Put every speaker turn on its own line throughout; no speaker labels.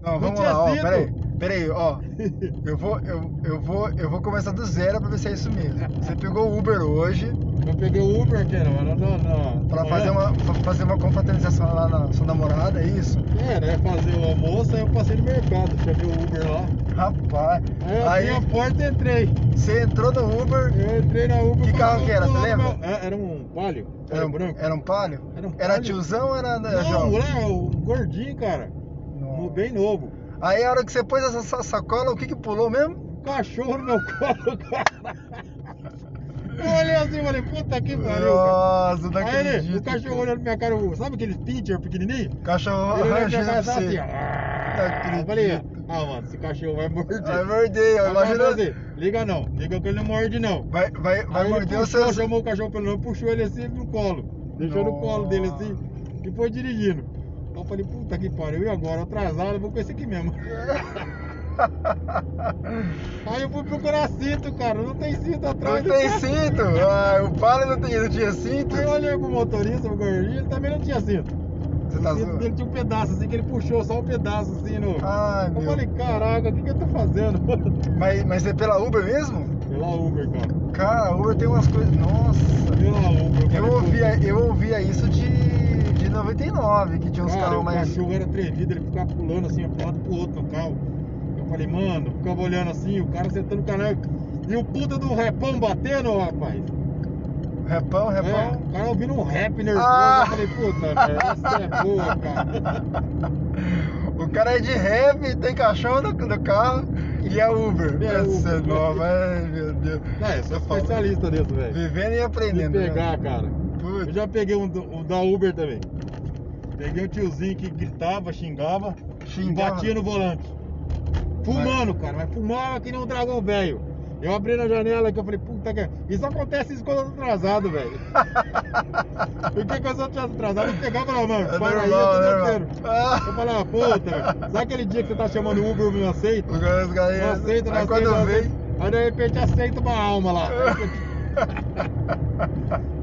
Não, vamos
tinha
lá, ó,
sido.
peraí, peraí, ó. Eu vou, eu, eu, vou, eu vou começar do zero pra ver se é isso mesmo. Você pegou o Uber hoje
Eu peguei o Uber, que era, não, não, não. é?
pra fazer uma, fa- fazer uma confraternização lá na sua namorada, é isso?
Era, ia fazer o almoço, aí eu passei no mercado, chamei o Uber lá.
Rapaz,
Aí É, eu
aí
abri a porta e entrei.
você entrou no Uber,
Eu entrei na Uber.
Que carro
falei,
que era,
"Não,
você
não,
lembra?"
não. É, Era um palio,
era,
era
um-
branco.
era um palho?
Era um
Era
Palio.
tiozão ou era era
Não,
jovem?
era um gordinho, cara.
Não.
Bem novo.
Aí a hora que você pôs essa sa- sacola, o que que pulou mesmo?
Um cachorro no meu colo, cara. Eu olhei assim e falei, puta que pariu, cara.
Nossa, não
Aí
acredito.
ele, o cachorro
cara.
olhando pra minha cara, o- sabe aquele pincher pequenininho?
Cachorro
Ele olhou pra
arranjando
minha cara
pra
e tava
você.
assim, ó.
acredito.
Eu falei, ah, mano, esse cachorro vai morder.
Vai morder, ó,
Aí eu falei
imagina-
assim, liga não, liga que ele não morde não.
Vai, vai, vai
Aí ele
morder o
puxou,
seu.
chamou o cachorro pelo nome, puxou ele assim no colo. Deixou no colo dele assim e foi dirigindo. Aí eu falei, puta que pariu, e agora? Atrasado, eu vou com esse aqui mesmo. Aí eu fui procurar cinto, cara, não tem cinto atrás
Não
do
tem
carro.
cinto? Ah, o Palio não, tem- não tinha cinto?
Aí eu olhei pro motorista, pro gordinho, ele também não tinha cinto.
Você
O
tá
cinto
zoando?
dele tinha um pedaço assim, que ele puxou só um pedaço assim no...
Ai,
eu
meu.
falei, caraca, o que que eu tô fazendo?
Mas, mas é pela Uber mesmo?
Pela Uber, cara.
Cara, a Uber tem umas coisas. Nossa!
Pela Uber.
Eu
falei,
ouvia, eu ouvia isso de, de 99, que tinha uns
Cara,
carros
o
mais.
cachorro era atrevido, ele ficava pulando assim, pro lado e pro outro no carro. Eu falei, mano, eu ficava olhando assim, o cara sentando o canal. E o puta do repão batendo, rapaz.
Repão,
É,
repão.
o cara ouvindo um rap nervoso.
Ah!
Eu falei, puta, velho, essa é boa, cara.
O cara é de rap, tem cachorro no, no carro e é Uber.
É
Essa é
Uber.
nova, ai meu Deus.
É, eu sou
Eu falo,
especialista nisso, velho.
Vivendo e
De
aprendendo. né?
pegar, cara.
Putz.
Eu já peguei um, do- um da Uber também. Peguei um tiozinho que gritava, xingava,
Xingava.
e batia no volante. Fumando, cara, mas fumava que nem um dragão velho. Eu abri na janela que eu falei, puta que. Isso acontece isso quando eu tô atrasado, velho. Porque quando eu tô atrasado, eu pegava lá, mano,
É
para aí,
normal,
eu
é
tô
normal. Ah,
descendo. Eu falava, puta, sabe aquele dia que você tá chamando o Uber e não aceita?
Os caras- os caras-
Não aceita, não
É, Aí
aceita. não
quando
aceita.
vem.
Aí de repente aceita uma alma lá.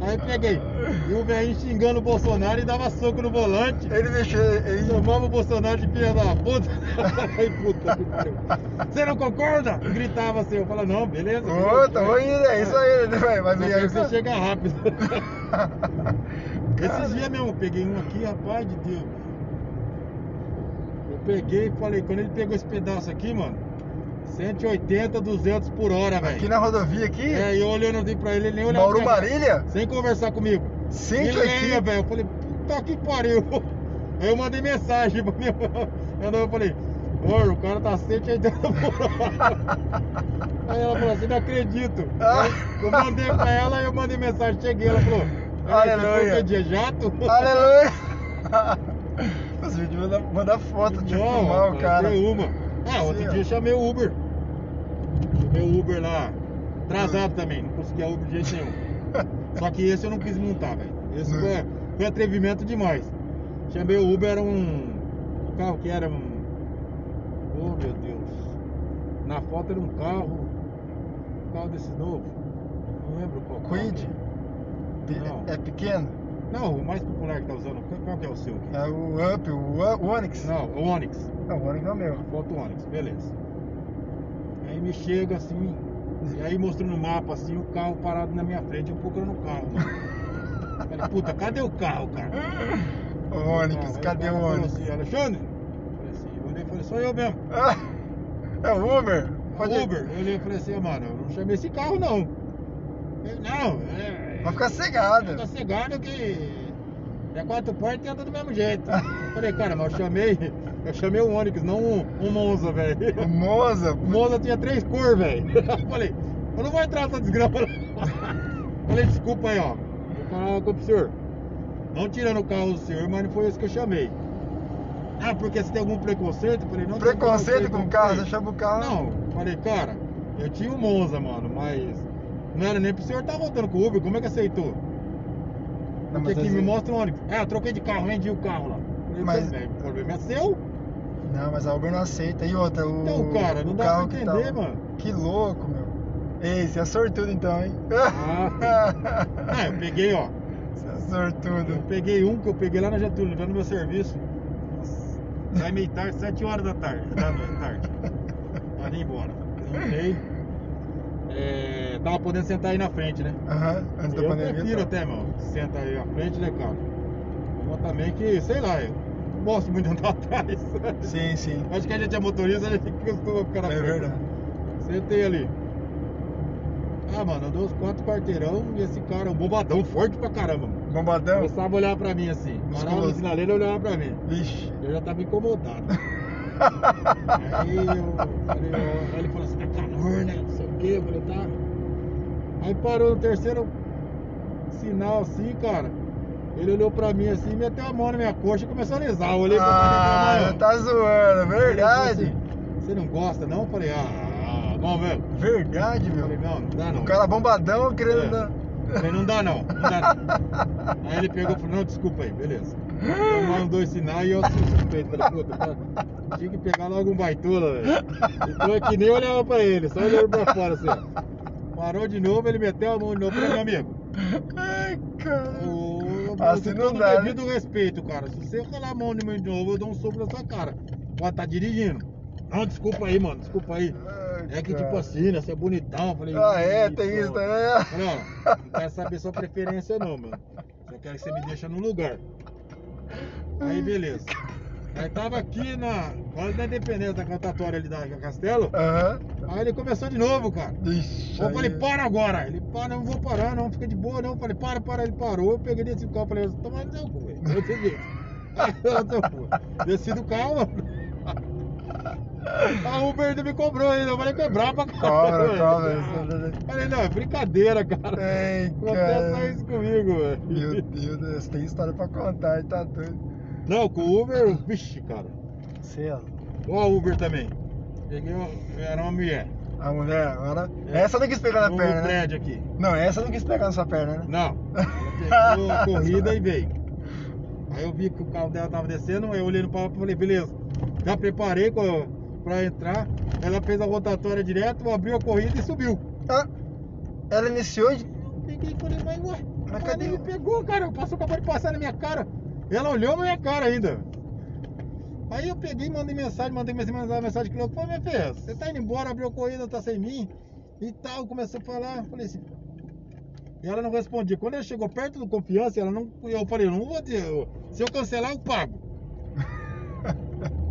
Aí peguei. E o velhinho xingando o Bolsonaro e dava soco no volante.
Ele mexeu. Ele...
Chamava o Bolsonaro de filha da puta. Aí, puta que pariu. Você não concorda? Gritava assim. Eu falava, não, beleza.
Ô, tá ruim, né? Isso aí, né? Vai, Mas
Mas
vem
aí
aí.
você chega rápido.
Cara.
Esse dia mesmo, eu peguei um aqui, rapaz de Deus. Eu peguei e falei, quando ele pegou esse pedaço aqui, mano, 180, 200 por hora, velho.
Aqui na rodovia aqui?
É, e eu olhando assim pra ele, ele nem olhava.
Mauro
pra mim,
Marília?
Sem conversar comigo. Ele leia,
180.
velho. Eu falei, puta que pariu. Aí eu mandei mensagem pra minha Ela- Eu falei, amor, o cara tá 180 por hora. Aí ela falou assim, não acredito.
Ah.
Aí Eu mandei pra ela, aí eu mandei mensagem, cheguei, ela falou, "Peraí, você
Aleluia.
foi o dia jato?
Aleluia. Você podia mandar, mandar foto de
Não,
filmar o
rapaz,
cara.
foi uma. Ah, outro
Sim, é. ó.
dia eu chamei o Uber. Chamei o Uber lá.
Hum.
Atrasado também, não conseguia Uber de jeito nenhum. Só que esse eu não quis montar, velho. Esse
Hum.
foi, foi atrevimento demais. Chamei o Uber, era um. O carro que era um. Oh meu Deus. Na foto era um carro. Um carro desse novo. Não lembro qual. carro.
Quid? Pe-
Não.
É pequeno?
Não, o mais popular que tá usando. Qual, qual que é o seu?
É o Up, o, o Onix?
Não, o Onix.
Não, o Onix é o meu.
Foto Onix, beleza. Aí me chega assim, e aí mostrando no mapa assim, o carro parado na minha frente, eu procurando o carro, mano. Falei, puta, cadê o carro, cara?
O Onix,
Aí
cadê
cara
o
falou
Onix?
Assim, Alexandre? Eu Falei assim, eu olhei e falei, sou eu mesmo.
Ah, é o Uber? Pode ir.
Uber, eu olhei e falei assim, mano, eu não chamei esse carro não. Ele, não, é.
Vai ficar cegado.
Fica cegado que. É quatro portas e anda do mesmo jeito. Eu falei, cara, mas eu chamei. Eu chamei o Onix, não um, um Monza, velho.
O Monza?
O Monza tinha três cores, velho. Eu falei, eu não vou entrar nessa desgrama. não. falei, desculpa aí, ó. Vou falar uma coisa pro senhor. Não tirando o carro do senhor, mas não foi isso que eu chamei. Ah, porque você tem algum preconceito? Eu falei, não. tenho
Preconceito com o carro,
não
você
sei.
chama o carro.
Não, eu falei, cara, eu tinha um Monza, mano, mas não era nem pro senhor tá voltando com o Uber, como é que aceitou?
Não, mas
Porque
assim,
aqui
às
me
vezes-
mostra o ônibus. Ah, eu troquei de carro, vendi o carro lá. Falei,
Mas-
velho, o problema é seu?
Não, mas a Uber não aceita. E outra, o.
Então, cara, não
o
dá pra
carro que tá-
entender, mano.
Que louco, meu. Ei, você é sortudo então, hein?
Ah. Ah, eu peguei, ó.
Você é
Eu
sortudo.
peguei um que eu peguei lá na Getúlio, dando meu serviço. Sai meio tarde, 7 horas da tarde. Da noite, tarde. Tava indo embora. Voltei. É, tava podendo sentar aí na frente, né?
Aham, antes da
eu
pandemia.
prefiro
tá.
até, meu. Senta aí à frente, né, cara? Uma também que, sei lá, eu não gosto muito de andar atrás.
Sim, sim.
Acho que a gente é motorista, a gente costuma ficar na
É
frente.
verdade.
Sentei ali. Ah, mano, andou uns quatro quarteirão e esse cara, um bobadão forte pra caramba. mano.
Bombadão?
Começava a olhar pra mim assim. Parava no
Musculoso.
sinaleiro e olhava pra mim.
Vixe.
Eu já tava incomodado. Aí eu falei, ó, aí ele falou assim, tá calor, né? Não sei o quê, eu falei, tá. Aí parou no terceiro sinal assim, cara. Ele olhou pra mim assim, meteu a mão na minha coxa e começou a alisar. Eu olhei pra cara
Ah,
dele e falei,
tá zoando,
"Não". Ele falou
verdade.
assim, Você não gosta não? Eu falei, ah, não mesmo.
Verdade,
Eu falei,
meu.
não, não dá não.
O cara bombadão querendo
É.
andar.
Eu falei, não dá não, não dá não. Aí ele pegou e falou, não, desculpa aí, beleza. Eu mando dois sinais e eu sou suspeito. Falei, puta, tá- tinha que pegar logo um baitola, velho. Então é que nem olhava pra ele, só olhando pra fora assim, ó. Parou de novo, ele meteu a mão de novo pra meu amigo.
Ai, cara.
Ô,
Assim
você
não
tem
dá,
o devido respeito, cara. Se você colar a mão de mim de novo, eu dou um soco na sua cara. Ó, tá dirigindo. Não, desculpa aí, mano, desculpa aí.
Ai,
É que
cara.
tipo assim, né? Você é bonitão. Eu Falei,
Ah, é,
"Ih,
tem isso
pô."
também. né?"
Falei, ó, não quero saber sua preferência não, mano. Só quero que você me deixe no lugar. Aí beleza. Aí tava aqui na. Quase na independência da cantatória ali da da Castelo.
Aham.
Aí ele começou de novo, cara.
Vixe.
Eu
aí-
falei, para agora! Ele, para, não vou parar, não, fica de boa, não. Eu falei, para, para, ele parou, eu peguei desse carro, falei, toma no seu cu, velho. Eu peguei. Aí, eu tô, pô, Desci do carro, mano. A Uber ainda me cobrou ainda, eu falei, quebrar pra
Cobra,
velho.
cobra, isso-
Falei, não, é brincadeira, cara.
Ei,
Acontece
cara.
isso comigo, velho.
Meu Deus, do céu, tem história pra contar, tá doido.
Não, com o Uber, vixe, cara.
Céu.
Ó, a Uber também. Peguei, uma- era uma mulher.
A mulher agora.
É.
Essa não quis pegar na
no
perna, né?
prédio aqui.
Não, essa não quis pegar na sua perna, né?
Não. Ela pegou a corrida e veio. Aí eu vi que o carro dela tava descendo, aí eu olhei no papo e falei, beleza, já preparei co- pra entrar. Ela fez a rotatória direto, abriu a corrida e subiu.
Ah, ela iniciou de.
Eu peguei e falei, mas ué,
Mas
mas
cadê?
cadê? Me pegou, cara, passou, acabou de passar na minha cara. Ela olhou na minha cara ainda. Aí eu peguei, mandei mensagem, mandei mensagem, mandei mensagem que louco. Falei, minha filha, você tá indo embora, abriu a corrida, tá sem mim e tal. Começou a falar, falei assim. E ela não respondia. Quando ela chegou perto do confiança, ela não. Eu falei, eu não vou ter. eu- Se eu cancelar, eu pago.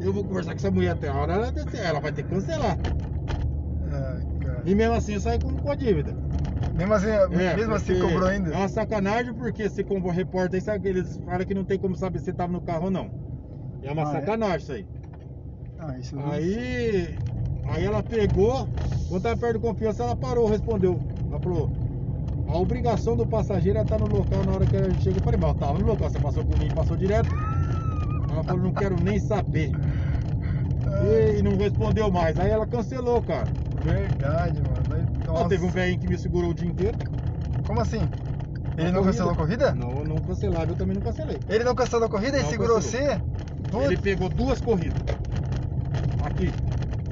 Eu vou conversar com essa mulher até a hora, ela, descer, ela vai ter que cancelar.
Ai, cara.
E mesmo assim eu saí com, com a dívida.
Mesmo assim, mesmo assim
É, porque
cobrou ainda?
É uma sacanagem porque se como repórter, sabe que eles falam que não tem como saber se tava no carro ou não. É uma
Ah, é?
sacanagem isso aí.
Ah, isso não.
Aí, aí ela pegou, quando tava perto de confiança, ela parou, respondeu. Ela falou, a obrigação do passageiro é estar no local na hora que ele chega. Eu falei, mas eu tava no local, você passou por mim, passou direto. Ela falou, não quero nem saber.
Ah.
E, e não respondeu mais. Aí ela cancelou, cara.
Verdade, mano. Vai-
Ó,
Nossa.
teve um velhinho que me segurou o dia inteiro.
Como assim? Ele
Na
não cancelou a corrida?
Não, não cancelaram, eu também não cancelei.
Ele não cancelou a corrida e
Não
segurou
cancelou.
você?
Ele
Putz.
pegou duas corridas. Aqui.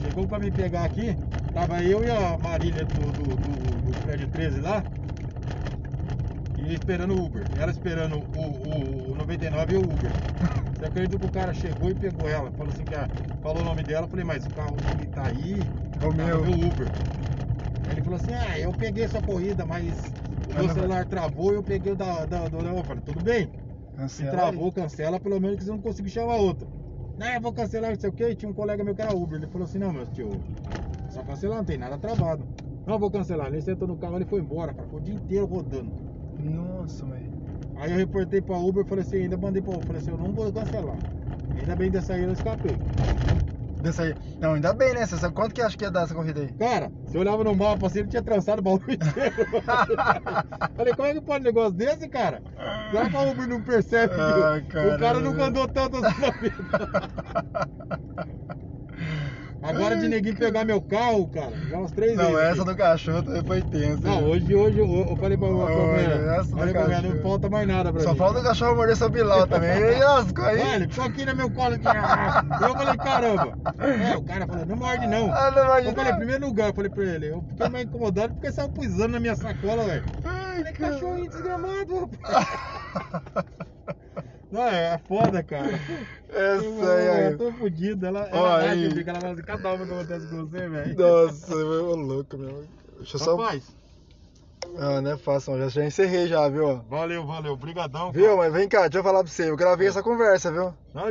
Chegou pra me pegar aqui. Tava eu e a Marília do, do, do, do prédio 13 lá. E esperando o Uber. Ela esperando o, o, o 99 e o Uber. Você acredita que o cara chegou e pegou ela? Falou assim que a- falou o nome dela. Eu falei, mas o carro que tá aí.
É o
tá no
meu.
meu Uber. Aí ele falou assim: ah, eu peguei sua corrida, mas o
Ah,
meu
não vai.
celular travou e eu peguei o da, da, da. Eu falei, tudo bem. Se
Cancela
travou, É, cancela, pelo menos que você não conseguiu chamar outra. Né, vou cancelar, não sei o quê. E tinha um colega meu que era Uber. Ele falou assim: não, meu tio, só cancelar, não tem nada travado. Não, vou cancelar. Ele sentou no carro, ele foi embora, cara. Ficou o dia inteiro rodando.
aí. Nossa, mãe.
Aí eu reportei pra Uber, falei assim: ainda mandei pra Uber. Falei assim: eu não vou cancelar. Ainda bem dessa aí eu escapei.
Dessa aí. Não, ainda bem, né? Você sabe quanto que acha que ia dar essa corrida aí?
Cara, se eu olhava no mapa assim, ele tinha trançado o baú inteiro. Falei, como é que pode um negócio desse, cara? Será que a Uber não percebe? que
Ah,
o-
caramba.
o cara nunca andou tanto assim na vida. Agora de neguinho pegar meu carro, cara, já umas três
Não,
vezes.
essa
aqui.
do cachorro também foi tensa.
Não,
né?
hoje, hoje eu, eu falei pra
Olha,
mulher.
essa do
Falei pra mulher, não
cachorro.
falta mais nada pra
Só
mim. né?
falta o cachorro morder seu Bilal também. E lascou aí.
Olha, ele ficou aqui no meu colo. aqui. Eu falei, caramba. É, o cara falou, não morde não.
Ah, não morde
eu falei,
não.
em primeiro lugar, eu falei pra ele, eu fiquei mais incomodado porque saiu pisando na minha sacola, velho.
Ai,
Falei,
cara.
cachorrinho desgramado, rapaz. Não, é foda, cara.
Essa aí.
Eu tô fudido. Ela,
Ó,
ela bate,
aí.
fica, ela fala assim, cada uma que acontece com você, velho.
Nossa, ô louco mesmo. Deixa eu só.
Rapaz,
Ah, não é fácil, não. Já, já encerrei já, viu?
valeu, valeu. Brigadão, cara.
Viu? Mas vem cá, deixa eu falar pra você. Eu gravei essa conversa, viu?
Não,